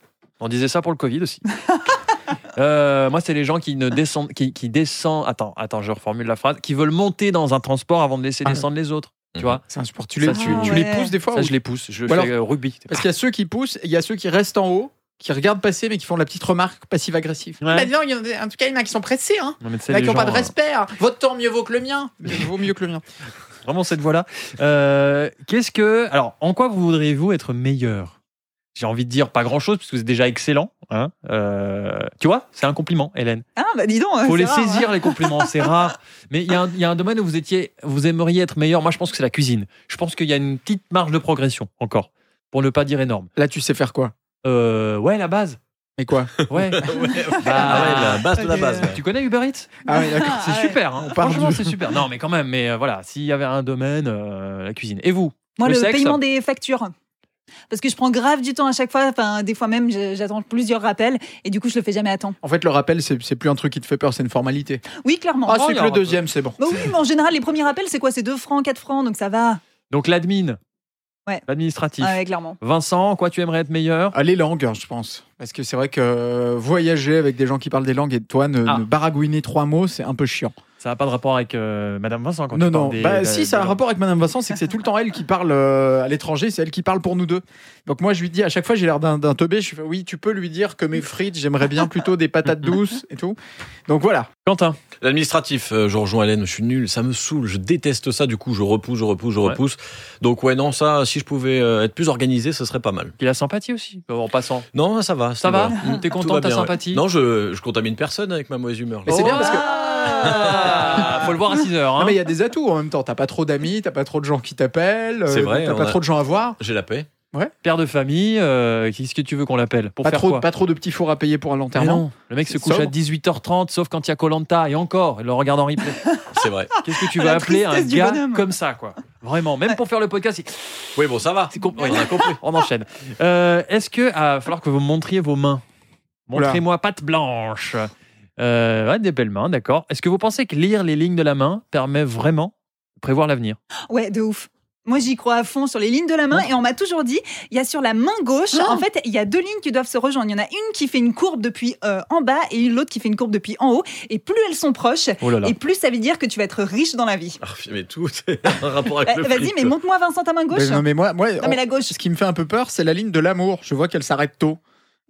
Speaker 1: On disait ça pour le Covid aussi. Euh, moi, c'est les gens qui ne descendent, qui, qui descendent. Attends, attends, je reformule la phrase. Qui veulent monter dans un transport avant de laisser
Speaker 3: Ah.
Speaker 1: descendre les autres. Tu
Speaker 4: Mhm.
Speaker 1: vois
Speaker 3: C'est insupportable. Tu, les-
Speaker 1: Ça,
Speaker 3: tu-
Speaker 1: tu-
Speaker 3: tu les
Speaker 2: ouais.
Speaker 3: pousses des fois
Speaker 1: Ça,
Speaker 3: ou-
Speaker 1: je les pousse. Je
Speaker 3: Ou
Speaker 1: fais
Speaker 3: alors-
Speaker 1: euh, rugby.
Speaker 3: Parce qu'il y a ceux qui poussent et il y a ceux qui restent en haut, qui regardent passer mais qui font de la petite remarque passive-agressive.
Speaker 1: Ouais.
Speaker 3: Bah, dis donc, il y en a- en tout cas, il y en a qui sont pressés, hein.
Speaker 1: Non, mais tu
Speaker 3: Il
Speaker 1: sais,
Speaker 3: y en a
Speaker 1: les
Speaker 3: qui n'ont pas
Speaker 1: gens,
Speaker 3: de respect. hein. Votre temps mieux vaut que le mien. Vaut mieux que le mien.
Speaker 1: euh, Vraiment cette voix-là. Euh, Qu'est-ce que. Alors, en quoi vous voudriez-vous être meilleur J'ai envie de dire pas grand-chose, puisque vous êtes déjà excellent. hein. Euh, tu vois, c'est un compliment, Hélène.
Speaker 2: Ah, bah dis donc.
Speaker 1: faut
Speaker 2: c'est
Speaker 1: les
Speaker 2: rare, hein.
Speaker 1: saisir les compliments, c'est rare. Mais il y, a un- il y a un domaine où vous étiez, vous aimeriez être meilleur. Moi, je pense que c'est la cuisine. Je pense qu'il y a une petite marge de progression encore, pour ne pas dire énorme.
Speaker 3: Là, tu sais faire quoi
Speaker 1: Euh, ouais, la base.
Speaker 3: Mais quoi
Speaker 1: Ouais.
Speaker 4: Ah ouais,
Speaker 1: Bah,
Speaker 4: la base de la
Speaker 2: Ok.
Speaker 4: base. ouais.
Speaker 1: Tu connais Uber Eats
Speaker 3: Ah oui, d'accord.
Speaker 1: C'est
Speaker 2: Ah ouais.
Speaker 1: super. hein.
Speaker 3: part
Speaker 1: Franchement,
Speaker 3: du-
Speaker 1: c'est super. Non, mais quand même. Mais euh, voilà, s'il y avait un domaine, euh, la cuisine. Et vous
Speaker 2: Moi,
Speaker 1: Le
Speaker 2: le,
Speaker 1: sexe
Speaker 2: paiement des factures. Parce que je prends grave du temps à chaque fois. Enfin, des fois même, je- j'attends plusieurs rappels et du coup, je le fais jamais à temps.
Speaker 3: En fait, le rappel, c'est c'est plus un truc qui te fait peur, c'est une formalité.
Speaker 2: Oui, clairement.
Speaker 3: Ah,
Speaker 1: oh, il y
Speaker 3: c'est
Speaker 1: a un
Speaker 3: le
Speaker 1: rappel.
Speaker 3: deuxième, c'est bon.
Speaker 2: Bah oui, mais en général, les premiers rappels, c'est quoi C'est 2 francs, 4 francs, donc ça va.
Speaker 1: Donc l'admin.
Speaker 2: Ouais.
Speaker 1: L'administratif.
Speaker 2: Ah ouais, clairement.
Speaker 1: Vincent, en quoi tu aimerais être meilleur
Speaker 3: Ah, les langues, je pense. Parce que c'est vrai que euh, voyager avec des gens qui parlent des langues et toi, ne,
Speaker 1: Ah.
Speaker 3: ne baragouiner trois mots, c'est un peu chiant.
Speaker 1: Ça n'a pas de rapport avec euh, Madame Vincent quand
Speaker 3: non,
Speaker 1: tu parles
Speaker 3: non.
Speaker 1: des-
Speaker 3: bah,
Speaker 1: des-
Speaker 3: si,
Speaker 1: des
Speaker 3: ça a un
Speaker 1: gens.
Speaker 3: rapport avec Madame Vincent, c'est que c'est tout le temps elle qui parle euh, à l'étranger, c'est elle qui parle pour nous deux. Donc moi, je lui dis à chaque fois, j'ai l'air d'un d'un teubé. Je fais, oui, tu peux lui dire que mes frites, j'aimerais bien plutôt des patates douces et tout. Donc voilà.
Speaker 1: Quentin.
Speaker 4: L'administratif, euh, je rejoins Hélène, je suis nul, ça me saoule, je déteste ça, du coup je repousse, je repousse, je
Speaker 1: Ouais.
Speaker 4: repousse. Donc ouais, non, ça, si je pouvais euh, être plus organisé, ce serait pas mal.
Speaker 1: Il a sympathie aussi. En passant.
Speaker 4: Non, ça va.
Speaker 1: Ça va
Speaker 4: Mm,
Speaker 1: T'es
Speaker 4: tout
Speaker 1: content
Speaker 4: va
Speaker 1: de ta
Speaker 4: bien, ouais.
Speaker 1: sympathie
Speaker 4: Non, je, je contamine personne avec ma mauvaise humeur.
Speaker 3: Mais c'est
Speaker 4: Oh.
Speaker 3: bien parce que-
Speaker 1: Ah Faut le voir à 6 heures.
Speaker 3: Non,
Speaker 1: hein.
Speaker 3: mais il y a des atouts en même temps. T'as pas trop d'amis, t'as pas trop de gens qui t'appellent,
Speaker 4: C'est
Speaker 3: euh,
Speaker 4: vrai,
Speaker 3: t'as
Speaker 4: on
Speaker 3: pas
Speaker 4: a-
Speaker 3: trop de gens à voir,
Speaker 4: Oh, J'ai la paix.
Speaker 1: Père de famille, euh, qu'est-ce que tu veux qu'on l'appelle Pour
Speaker 3: pas
Speaker 1: faire
Speaker 3: trop,
Speaker 1: quoi
Speaker 3: pas trop de petits fours à payer pour un
Speaker 1: Mais
Speaker 3: l'enterrement.
Speaker 1: non, le mec se
Speaker 3: C'est
Speaker 1: couche à
Speaker 3: sobre.
Speaker 1: 18h30, sauf quand il y a Colanta, et encore, il le regarde en replay.
Speaker 4: C'est vrai.
Speaker 1: Qu'est-ce que tu
Speaker 2: Ah,
Speaker 1: vas
Speaker 3: Oh,
Speaker 2: la
Speaker 1: appeler un
Speaker 2: tristesse du
Speaker 1: gars
Speaker 2: bonhomme.
Speaker 1: comme ça, quoi Vraiment, même pour faire le podcast, il-
Speaker 4: Oui, bon, ça va.
Speaker 1: c'est com- oui, on a compris, on enchaîne. Euh, Est-ce que ah, va falloir que vous me montriez vos mains
Speaker 3: Oula.
Speaker 1: Montrez-moi patte blanche. Euh, ouais, des belles mains, d'accord. Est-ce que vous pensez que lire les lignes de la main permet vraiment de prévoir l'avenir
Speaker 2: Ouais, de ouf. Moi, j'y crois à fond sur les lignes de la
Speaker 1: Oh.
Speaker 2: main et on m'a toujours dit, il y a sur la main gauche, en fait, il y a deux lignes qui doivent se rejoindre. Il y en a une qui fait une courbe depuis euh, en bas et une- l'autre qui fait une courbe depuis en haut. Et plus elles sont proches,
Speaker 1: Oh là là.
Speaker 2: et plus ça veut dire que tu vas être riche dans la vie.
Speaker 4: Ah, mais tout, c'est un rapport
Speaker 2: Bah,
Speaker 4: avec le
Speaker 2: Vas-y,
Speaker 4: fric,
Speaker 2: mais
Speaker 4: quoi.
Speaker 2: montre-moi Vincent ta main gauche.
Speaker 3: Mais Ben, non, mais moi,
Speaker 1: Ah,
Speaker 3: moi
Speaker 2: Non, mais la
Speaker 3: en-
Speaker 2: gauche.
Speaker 3: ce qui me fait un peu peur, c'est la ligne de l'amour. Je vois qu'elle s'arrête tôt.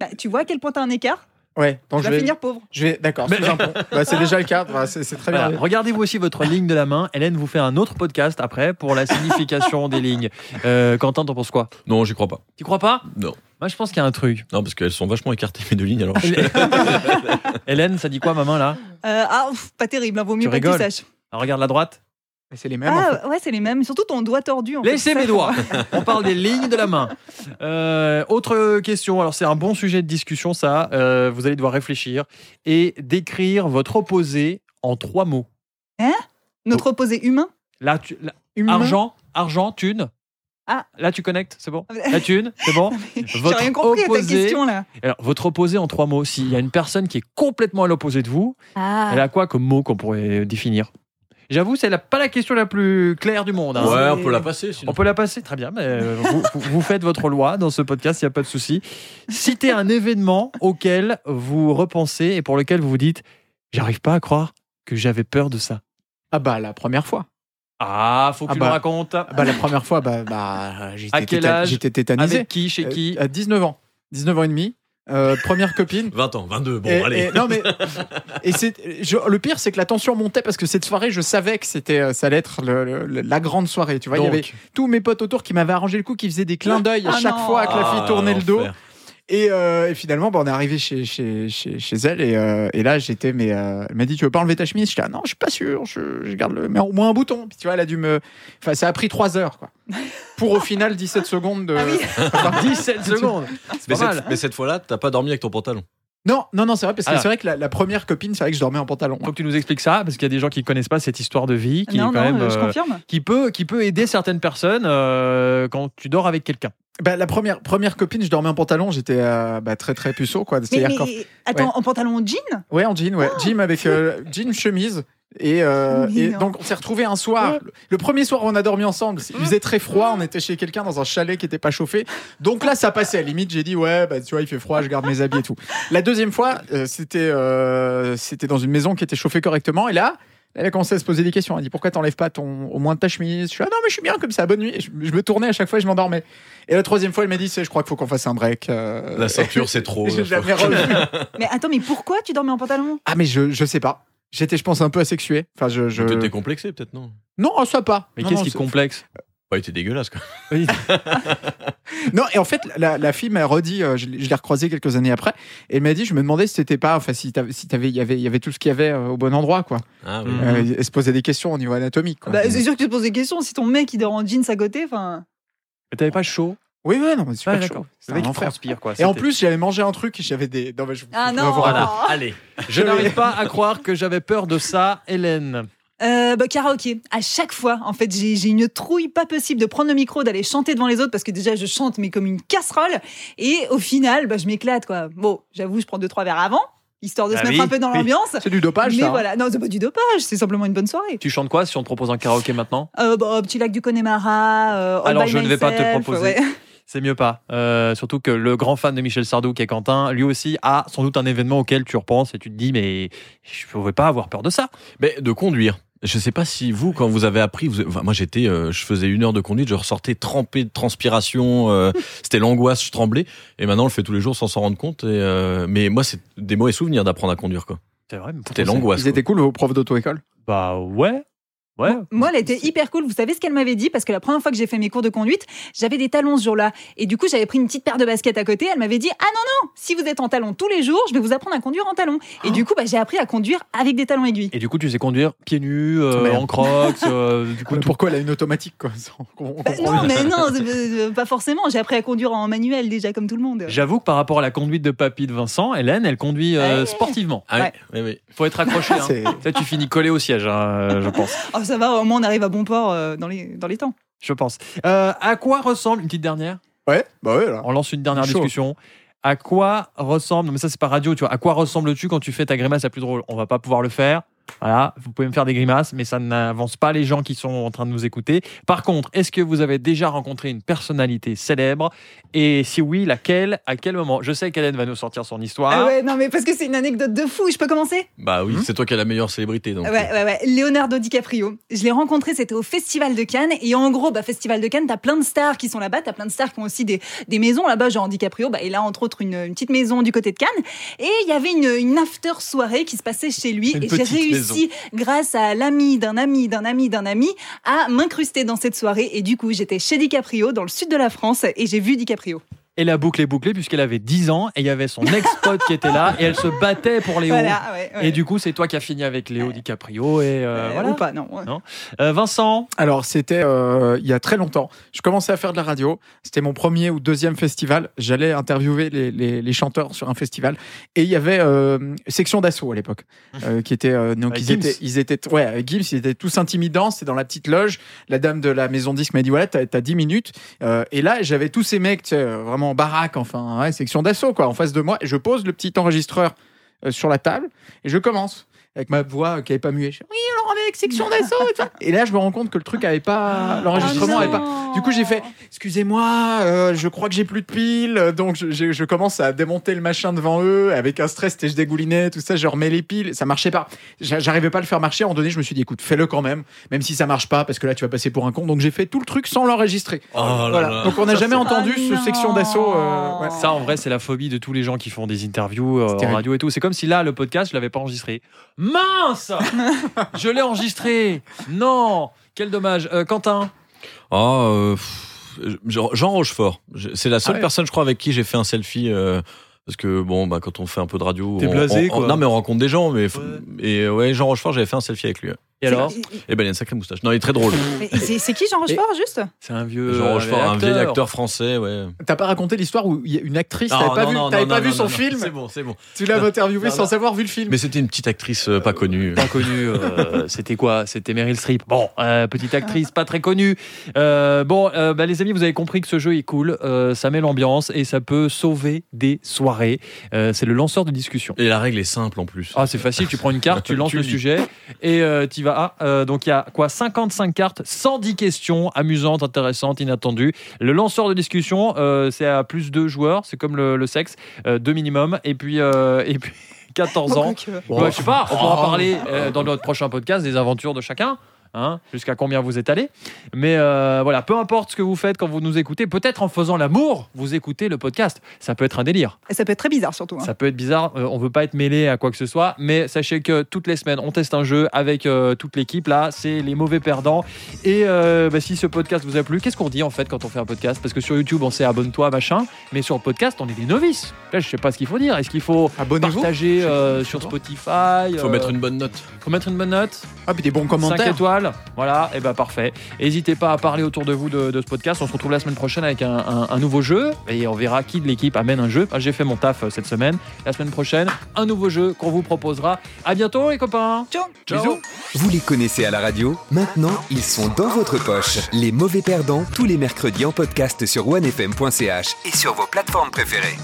Speaker 2: Bah, tu vois à quel point t'as un écart
Speaker 3: Ouais, donc
Speaker 2: Tu
Speaker 3: je
Speaker 2: vas
Speaker 3: vais,
Speaker 2: finir pauvre.
Speaker 3: je vais, d'accord.
Speaker 1: Mais-
Speaker 3: sous un pont. Bah, c'est déjà le cas. Bah, c'est c'est
Speaker 2: Ah,
Speaker 3: très
Speaker 1: Voilà,
Speaker 3: bien.
Speaker 1: Regardez-vous aussi votre ligne de la main. Hélène vous fait un autre podcast après pour la signification des lignes. Euh, Quentin, t'en penses quoi
Speaker 4: Non, j'y crois pas.
Speaker 1: Tu crois pas
Speaker 4: Non.
Speaker 1: Moi, je pense qu'il y a un truc.
Speaker 4: Non, parce qu'elles sont vachement écartées, mes deux lignes. Alors, je-
Speaker 1: Hélène, ça dit quoi, ma main, là
Speaker 2: Euh, ah, ouf, pas terrible, hein, vaut mieux pas que
Speaker 1: rigoles.
Speaker 2: tu saches.
Speaker 1: Alors, Regarde la droite.
Speaker 3: Mais C'est les mêmes. en fait.
Speaker 2: Ah, ouais, c'est les mêmes. Surtout ton doigt tordu. en fait.
Speaker 1: Laissez
Speaker 2: Ça,
Speaker 1: mes
Speaker 2: faut-
Speaker 1: doigts. On parle des lignes de la main. Euh, autre question. Alors, c'est un bon sujet de discussion, ça. Euh, vous allez devoir réfléchir et décrire votre opposé en trois mots.
Speaker 2: Notre opposé humain.
Speaker 1: Là, tu- là,
Speaker 3: Humain.
Speaker 1: argent, argent, thune.
Speaker 2: Ah.
Speaker 1: Là, tu connectes, c'est bon La thune, c'est bon
Speaker 2: J'ai
Speaker 1: Votre
Speaker 2: rien compris à ta
Speaker 1: opposé-
Speaker 2: question là.
Speaker 1: Alors, votre opposé en trois mots. S'il y a une personne qui est complètement à l'opposé de vous,
Speaker 2: Ah.
Speaker 1: elle a quoi comme mot qu'on pourrait euh, définir J'avoue, c'est la- pas la question la plus claire du monde. hein.
Speaker 4: ouais, on peut la passer.
Speaker 1: On
Speaker 4: Sinon.
Speaker 1: peut la passer, très bien. Mais euh, vous, vous- vous faites votre loi dans ce podcast, il n'y a pas de souci. Citez un événement auquel vous repensez et pour lequel vous vous dites J'arrive pas à croire que j'avais peur de ça.
Speaker 3: Ah bah la première fois.
Speaker 1: Ah, faut que
Speaker 3: Ah
Speaker 1: tu
Speaker 3: bah.
Speaker 1: me racontes.
Speaker 3: Ah bah la première fois, bah, bah
Speaker 1: À
Speaker 3: j'étais
Speaker 1: quel
Speaker 3: tétan-
Speaker 1: âge
Speaker 3: j'étais tétanisé.
Speaker 1: Avec qui, chez
Speaker 3: Euh,
Speaker 1: qui
Speaker 3: À 19 ans. 19 ans et demi. Euh, première copine.
Speaker 4: 20 ans, 22, bon,
Speaker 3: et,
Speaker 4: allez.
Speaker 3: et- non mais et c'est je- le pire c'est que la tension montait parce que cette soirée je savais que c'était euh, ça allait être le- le- le- la grande soirée tu vois il y
Speaker 4: Donc.
Speaker 3: avait tous mes potes autour qui m'avaient arrangé le coup qui faisaient des clins d'œil à
Speaker 2: Ah
Speaker 3: chaque
Speaker 2: non.
Speaker 3: fois que la
Speaker 4: Ah,
Speaker 3: fille tournait le dos
Speaker 4: l'enfer.
Speaker 3: et, euh, et finalement bah, on est arrivé chez chez, chez, chez elle et, euh, et là j'étais mais euh, elle m'a dit tu veux pas enlever ta chemise j'étais ah, non je suis pas sûr je, je garde le mais au moins un bouton Puis, tu vois elle a dû me enfin ça a pris 3 heures quoi pour au final 17 secondes
Speaker 1: Euh,
Speaker 3: de
Speaker 2: Ah oui.
Speaker 3: Enfin,
Speaker 1: 17 secondes
Speaker 4: Mais
Speaker 1: C'est pas
Speaker 4: cette,
Speaker 1: mal. hein.
Speaker 4: mais cette fois-là, t'as pas dormi avec ton pantalon.
Speaker 3: non non non c'est vrai parce que
Speaker 1: Ah.
Speaker 3: c'est vrai que la, la première copine c'est vrai que je dormais en pantalon
Speaker 1: Faut que tu nous expliques ça, parce qu'il y a des gens qui ne connaissent pas cette histoire de vie, qui est
Speaker 2: non,
Speaker 1: quand
Speaker 2: non,
Speaker 1: même,
Speaker 2: euh, je
Speaker 1: euh,
Speaker 2: confirme.
Speaker 1: qui peut, qui peut aider certaines personnes euh, quand tu dors avec quelqu'un.
Speaker 3: Bah, la première, première copine, je dormais en pantalon, j'étais euh, bah, très très puceau. Quoi.
Speaker 2: Mais,
Speaker 3: C'est-à-dire
Speaker 2: mais-
Speaker 3: qu'en-
Speaker 2: attends,
Speaker 3: ouais.
Speaker 2: en pantalon jean
Speaker 3: Ouais, en jean, ouais. jean avec euh, jean, chemise. Et, euh,
Speaker 2: Mais
Speaker 3: et
Speaker 2: non.
Speaker 3: donc on s'est retrouvés un soir. Le- Le premier soir où on a dormi ensemble, il faisait très froid, on était chez quelqu'un dans un chalet qui était pas chauffé. Donc là ça passait. À la limite j'ai dit ouais bah tu vois il fait froid, je garde mes habits et tout. La deuxième fois euh, c'était euh, c'était dans une maison qui était chauffée correctement et là elle a commencé à se poser des questions. Elle a dit pourquoi t'enlèves pas ton au moins ta chemise. Je suis ah non mais je suis bien comme ça bonne nuit. Et je, je me tournais à chaque fois et je m'endormais. Et la troisième fois elle m'a dit c'est je crois qu'il faut qu'on fasse un break. euh.
Speaker 4: La ceinture, c'est trop.
Speaker 3: J'ai
Speaker 4: là,
Speaker 3: jamais revu.
Speaker 2: Mais attends, mais pourquoi tu dormais en pantalon
Speaker 3: Ah mais je, je sais pas. J'étais je pense un peu asexué. Enfin je, je...
Speaker 4: faut- T'étais complexé, peut-être, non
Speaker 3: Non, oh, ça pas.
Speaker 1: Mais
Speaker 3: Non,
Speaker 1: qu'est-ce
Speaker 3: non,
Speaker 1: qui est
Speaker 3: c'est-
Speaker 1: complexe
Speaker 4: Ouais, t'es dégueulasse, quoi.
Speaker 3: Non, et en fait, la, la fille m'a redit, euh, je, l'ai- je l'ai recroisée quelques années après, et elle m'a dit, je me demandais si c'était pas, enfin, si t'avais, si t'avais, il y avait, il y avait tout ce qu'il y avait euh, au bon endroit, quoi.
Speaker 4: Ah, oui.
Speaker 1: Mm.
Speaker 3: Euh, elle se posait des questions au niveau anatomique, quoi.
Speaker 2: Bah, C'est sûr que tu te poses des questions. Si ton mec il dort en jean à côté, enfin.
Speaker 1: Mais t'avais pas chaud
Speaker 3: oui, oui, non, mais super
Speaker 1: Ah,
Speaker 3: chaud.
Speaker 1: d'accord.
Speaker 3: C'est
Speaker 1: Le
Speaker 3: un
Speaker 1: mec il
Speaker 3: enfer.
Speaker 1: transpire, quoi.
Speaker 3: Et en
Speaker 1: C'était-
Speaker 3: plus, j'avais mangé un truc, et j'avais des, non, mais je-
Speaker 2: Ah non
Speaker 1: Voilà.
Speaker 4: Allez.
Speaker 3: euh,
Speaker 1: Je n'arrive pas à croire que j'avais peur de ça, Hélène.
Speaker 2: Euh, bah, karaoké. À chaque fois, en fait, j'ai j'ai une trouille pas possible de prendre le micro, d'aller chanter devant les autres parce que déjà je chante mais comme une casserole. Et au final, bah, je m'éclate quoi. Bon, j'avoue, je prends deux trois verres avant, histoire de
Speaker 1: Ah
Speaker 2: se mettre
Speaker 1: oui,
Speaker 2: un peu dans
Speaker 3: oui.
Speaker 2: l'ambiance.
Speaker 3: C'est du dopage,
Speaker 2: Mais
Speaker 3: ça. hein.
Speaker 2: voilà, non, c'est pas du dopage, c'est simplement une bonne soirée.
Speaker 1: Tu chantes quoi si on te propose un karaoké maintenant
Speaker 2: Euh, bah, au petit lac du Connemara. euh, All
Speaker 1: Alors,
Speaker 2: by
Speaker 1: je ne vais pas te
Speaker 2: Myself,
Speaker 1: proposer.
Speaker 2: ouais.
Speaker 1: C'est mieux pas. Euh, surtout que le grand fan de Michel Sardou, qui est Quentin, lui aussi a sans doute un événement auquel tu repenses et tu te dis, mais je ne pouvais pas avoir peur de ça.
Speaker 4: Mais de conduire. Je sais pas si vous, quand vous avez appris, vous- enfin, moi j'étais, euh, je faisais une heure de conduite, je ressortais trempé de transpiration, euh, c'était l'angoisse, je tremblais. Et maintenant, on le fait tous les jours sans s'en rendre compte. Et, euh, mais moi, c'est des mauvais souvenirs d'apprendre à conduire, quoi.
Speaker 1: C'est vrai, mais pourtant,
Speaker 4: C'était l'angoisse.
Speaker 3: Ils étaient
Speaker 4: quoi.
Speaker 3: cool, vos profs d'auto-école.
Speaker 1: c'est- Bah ouais. Ouais.
Speaker 2: Moi, elle était hyper cool. Vous savez ce qu'elle m'avait dit Parce que la première fois que j'ai fait mes cours de conduite, j'avais des talons ce jour-là. Et du coup, j'avais pris une petite paire de baskets à côté. Elle m'avait dit Ah non, non, si vous êtes en talons tous les jours, je vais vous apprendre à conduire en talons. Et du coup, bah, j'ai appris à conduire avec des talons aiguilles.
Speaker 1: Et du coup, tu sais conduire pieds nus, euh,
Speaker 3: Merde.
Speaker 1: en crocs, euh, du coup,
Speaker 3: Mais
Speaker 1: tout.
Speaker 3: Pourquoi elle a une automatique, quoi ça, on comprend- on
Speaker 2: Bah,
Speaker 3: comprend
Speaker 2: non, mais
Speaker 3: bien.
Speaker 2: non, c'est- euh, pas forcément. J'ai appris à conduire en manuel déjà, comme tout le monde.
Speaker 1: J'avoue que par rapport à la conduite de papy de Vincent, Hélène, elle conduit euh,
Speaker 2: Ouais.
Speaker 1: sportivement.
Speaker 4: Ah oui, oui, oui.
Speaker 1: Faut être accroché. hein.
Speaker 3: C'est-
Speaker 1: Ça, tu finis collé au siège, hein, euh, je pense.
Speaker 2: Oh, oh, ça va, au moins on arrive à bon port euh, dans, les, dans les temps.
Speaker 1: je pense. Euh, à quoi ressemble une petite dernière
Speaker 3: Ouais, bah ouais, là.
Speaker 1: On lance une dernière
Speaker 3: Chaud.
Speaker 1: discussion. À quoi ressemble Non, mais ça c'est pas radio, tu vois. À quoi ressembles-tu quand tu fais ta grimace la plus drôle On va pas pouvoir le faire. Voilà, vous pouvez me faire des grimaces, mais ça n'avance pas les gens qui sont en train de nous écouter. Par contre, est-ce que vous avez déjà rencontré une personnalité célèbre Et si oui, laquelle À quel moment Je sais qu'Hélène va nous sortir son histoire.
Speaker 2: Ah ouais, non, mais parce que c'est une anecdote de fou. Je peux commencer
Speaker 4: Bah oui,
Speaker 3: Hmm.
Speaker 4: c'est toi qui as la meilleure célébrité. Donc.
Speaker 2: Ouais, ouais, ouais. Leonardo DiCaprio. Je l'ai rencontré, c'était au Festival de Cannes. Et en gros, bah, Festival de Cannes, t'as plein de stars qui sont là-bas, t'as plein de stars qui ont aussi des, des maisons là-bas. Genre DiCaprio, bah, il a entre autres une, une petite maison du côté de Cannes. Et il y avait une, une after soirée qui se passait chez lui.
Speaker 4: Une
Speaker 2: et j'ai
Speaker 4: petite
Speaker 2: réussi, grâce à l'ami d'un ami d'un ami d'un ami, à m'incruster dans cette soirée. Et du coup, j'étais chez DiCaprio, dans le sud de la France, et j'ai vu DiCaprio.
Speaker 1: Et la boucle est bouclée puisqu'elle avait 10 ans et il y avait son ex-pote qui était là et elle se battait pour Léo.
Speaker 2: Voilà, ouais, ouais.
Speaker 1: Et du coup, c'est toi qui as fini avec Léo DiCaprio et euh,
Speaker 2: Euh,
Speaker 1: voilà.
Speaker 2: Ou pas, non. ouais.
Speaker 1: Euh, Vincent,
Speaker 3: Alors, c'était euh, il y a très longtemps. Je commençais à faire de la radio. C'était mon premier ou deuxième festival. J'allais interviewer les, les- les chanteurs sur un festival. Et il y avait euh, Section d'Assaut à l'époque, euh, qui était. euh, donc,
Speaker 1: Mmh. Avec
Speaker 3: ils
Speaker 1: Gims.
Speaker 3: étaient, ils étaient. Ouais, avec Gims, ils étaient tous intimidants. C'était dans la petite loge. La dame de la maison disque m'a dit Voilà, t'as t'as 10 minutes. Euh, et là, j'avais tous ces mecs, tu sais, euh, vraiment en baraque, enfin, ouais, Section d'Assaut, quoi, en face de moi. Et je pose le petit enregistreur euh, sur la table et je commence. Avec ma voix euh, qui n'avait pas mué. Je fais, oui, alors avec section d'assaut. et tout. Et là, je me rends compte que le truc avait pas. L'enregistrement
Speaker 2: Ah
Speaker 3: avait pas.
Speaker 2: non.
Speaker 3: Du coup, j'ai fait Excusez-moi, euh, je crois que j'ai plus de piles. Euh, Donc, je, je- je commence à démonter le machin devant eux avec un stress. Et je dégoulinais, tout ça. Je remets les piles. Ça marchait pas. J'a- J'arrivais pas à le faire marcher. À un moment donné, je me suis dit Écoute, fais-le quand même, même si ça marche pas, parce que là, tu vas passer pour un con. Donc, j'ai fait tout le truc sans l'enregistrer.
Speaker 4: Oh là
Speaker 3: voilà.
Speaker 4: là.
Speaker 3: Donc, on n'a jamais entendu
Speaker 2: Ah
Speaker 3: ce
Speaker 2: non.
Speaker 3: section d'assaut. euh, ouais.
Speaker 4: Oh.
Speaker 1: ça en vrai, c'est la phobie de tous les gens qui font des interviews euh,
Speaker 3: C'est
Speaker 1: en
Speaker 3: terrible.
Speaker 1: radio et tout. C'est comme si là, le podcast, je l'avais pas enregistré. Mince Je l'ai enregistré Non Quel dommage. Euh, Quentin
Speaker 4: Ah, euh, pff, Jean Jean Rochefort. Je- C'est la seule
Speaker 3: Ah ouais.
Speaker 4: personne, je crois, avec qui j'ai fait un selfie. euh, parce que bon, bah, quand on fait un peu de radio,
Speaker 1: T'es
Speaker 4: on-
Speaker 1: blasé,
Speaker 4: on- on-
Speaker 1: quoi.
Speaker 4: non mais on rencontre des gens, mais f-
Speaker 1: Ouais.
Speaker 4: et euh, ouais, Jean Rochefort, j'avais fait un selfie avec lui.
Speaker 1: Et alors
Speaker 4: Et ben il a une sacrée moustache. Non, il est très drôle.
Speaker 2: Mais C'est c'est qui Jean Rochefort, juste
Speaker 1: C'est un
Speaker 3: Euh,
Speaker 1: vieux. euh,
Speaker 4: Jean Rochefort, un
Speaker 1: acteur.
Speaker 4: vieil acteur français, ouais.
Speaker 3: T'as pas raconté l'histoire où il y a une actrice,
Speaker 4: Non,
Speaker 3: t'avais pas
Speaker 4: non,
Speaker 3: vu,
Speaker 4: non,
Speaker 3: t'avais
Speaker 4: non,
Speaker 3: pas
Speaker 4: non,
Speaker 3: vu
Speaker 4: non,
Speaker 3: son
Speaker 4: non,
Speaker 3: film
Speaker 4: C'est bon, c'est bon.
Speaker 3: Tu l'as interviewé
Speaker 4: Non,
Speaker 3: sans
Speaker 4: non.
Speaker 3: avoir vu le film.
Speaker 4: Mais c'était une petite actrice euh, pas connue.
Speaker 1: Pas connue, euh, c'était quoi C'était Meryl Streep. Bon, euh,
Speaker 4: Ah.
Speaker 1: petite actrice, pas très connue. Euh, bon, euh, bah, les amis, vous avez compris que ce jeu est cool, euh, ça met l'ambiance et ça peut sauver des soirées. Euh, c'est le lanceur de discussion.
Speaker 4: Et la règle est simple en plus.
Speaker 1: Ah, c'est facile, tu prends une carte, tu lances
Speaker 4: Tu
Speaker 1: le
Speaker 4: lis.
Speaker 1: sujet et euh, tu vas. Ah, euh, donc il y a quoi 55 cartes, 110 questions amusantes, intéressantes, inattendues. Le lanceur de discussion, euh, c'est à plus de joueurs, c'est comme le, le sexe, euh, deux minimum, et puis, euh, et puis 14 ans.
Speaker 2: Oh, Quoique. euh,
Speaker 1: Ouais, je sais pas, on pourra
Speaker 4: Oh.
Speaker 1: parler euh, dans notre prochain podcast des aventures de chacun. Hein, jusqu'à combien vous êtes allé. Mais euh, voilà, peu importe ce que vous faites quand vous nous écoutez, peut-être en faisant l'amour, vous écoutez le podcast. Ça peut être un délire.
Speaker 2: Et Ça peut être très bizarre, surtout. hein.
Speaker 1: Ça peut être bizarre, euh, on veut pas être mêlé à quoi que ce soit, mais sachez que toutes les semaines, on teste un jeu avec euh, toute l'équipe. Là, c'est les mauvais perdants. Et euh, bah, si ce podcast vous a plu, qu'est-ce qu'on dit en fait quand on fait un podcast Parce que sur YouTube, on sait abonne-toi, machin, mais sur le podcast, on est des novices. Là, je sais pas ce qu'il faut dire. Est-ce qu'il faut
Speaker 3: Abonnez-vous.
Speaker 1: partager euh,
Speaker 3: Je sais
Speaker 1: sur
Speaker 3: pas.
Speaker 1: Spotify
Speaker 4: Faut
Speaker 1: euh,
Speaker 4: mettre une bonne note.
Speaker 1: faut mettre une bonne note,
Speaker 3: Ah, puis des bons
Speaker 1: 5
Speaker 3: commentaires.
Speaker 1: étoiles, voilà, et bah parfait. N'hésitez pas à parler autour de vous de, de ce podcast. On se retrouve la semaine prochaine avec un, un- un nouveau jeu et on verra qui de l'équipe amène un jeu. Ah, J'ai fait mon taf euh, cette semaine. La semaine prochaine, un nouveau jeu qu'on vous proposera. À bientôt les copains.
Speaker 2: Ciao.
Speaker 1: Bisous.
Speaker 5: Vous les connaissez à la radio Maintenant, ils sont dans votre poche. Les mauvais perdants, tous les mercredis en podcast sur onefm.ch et sur vos plateformes préférées.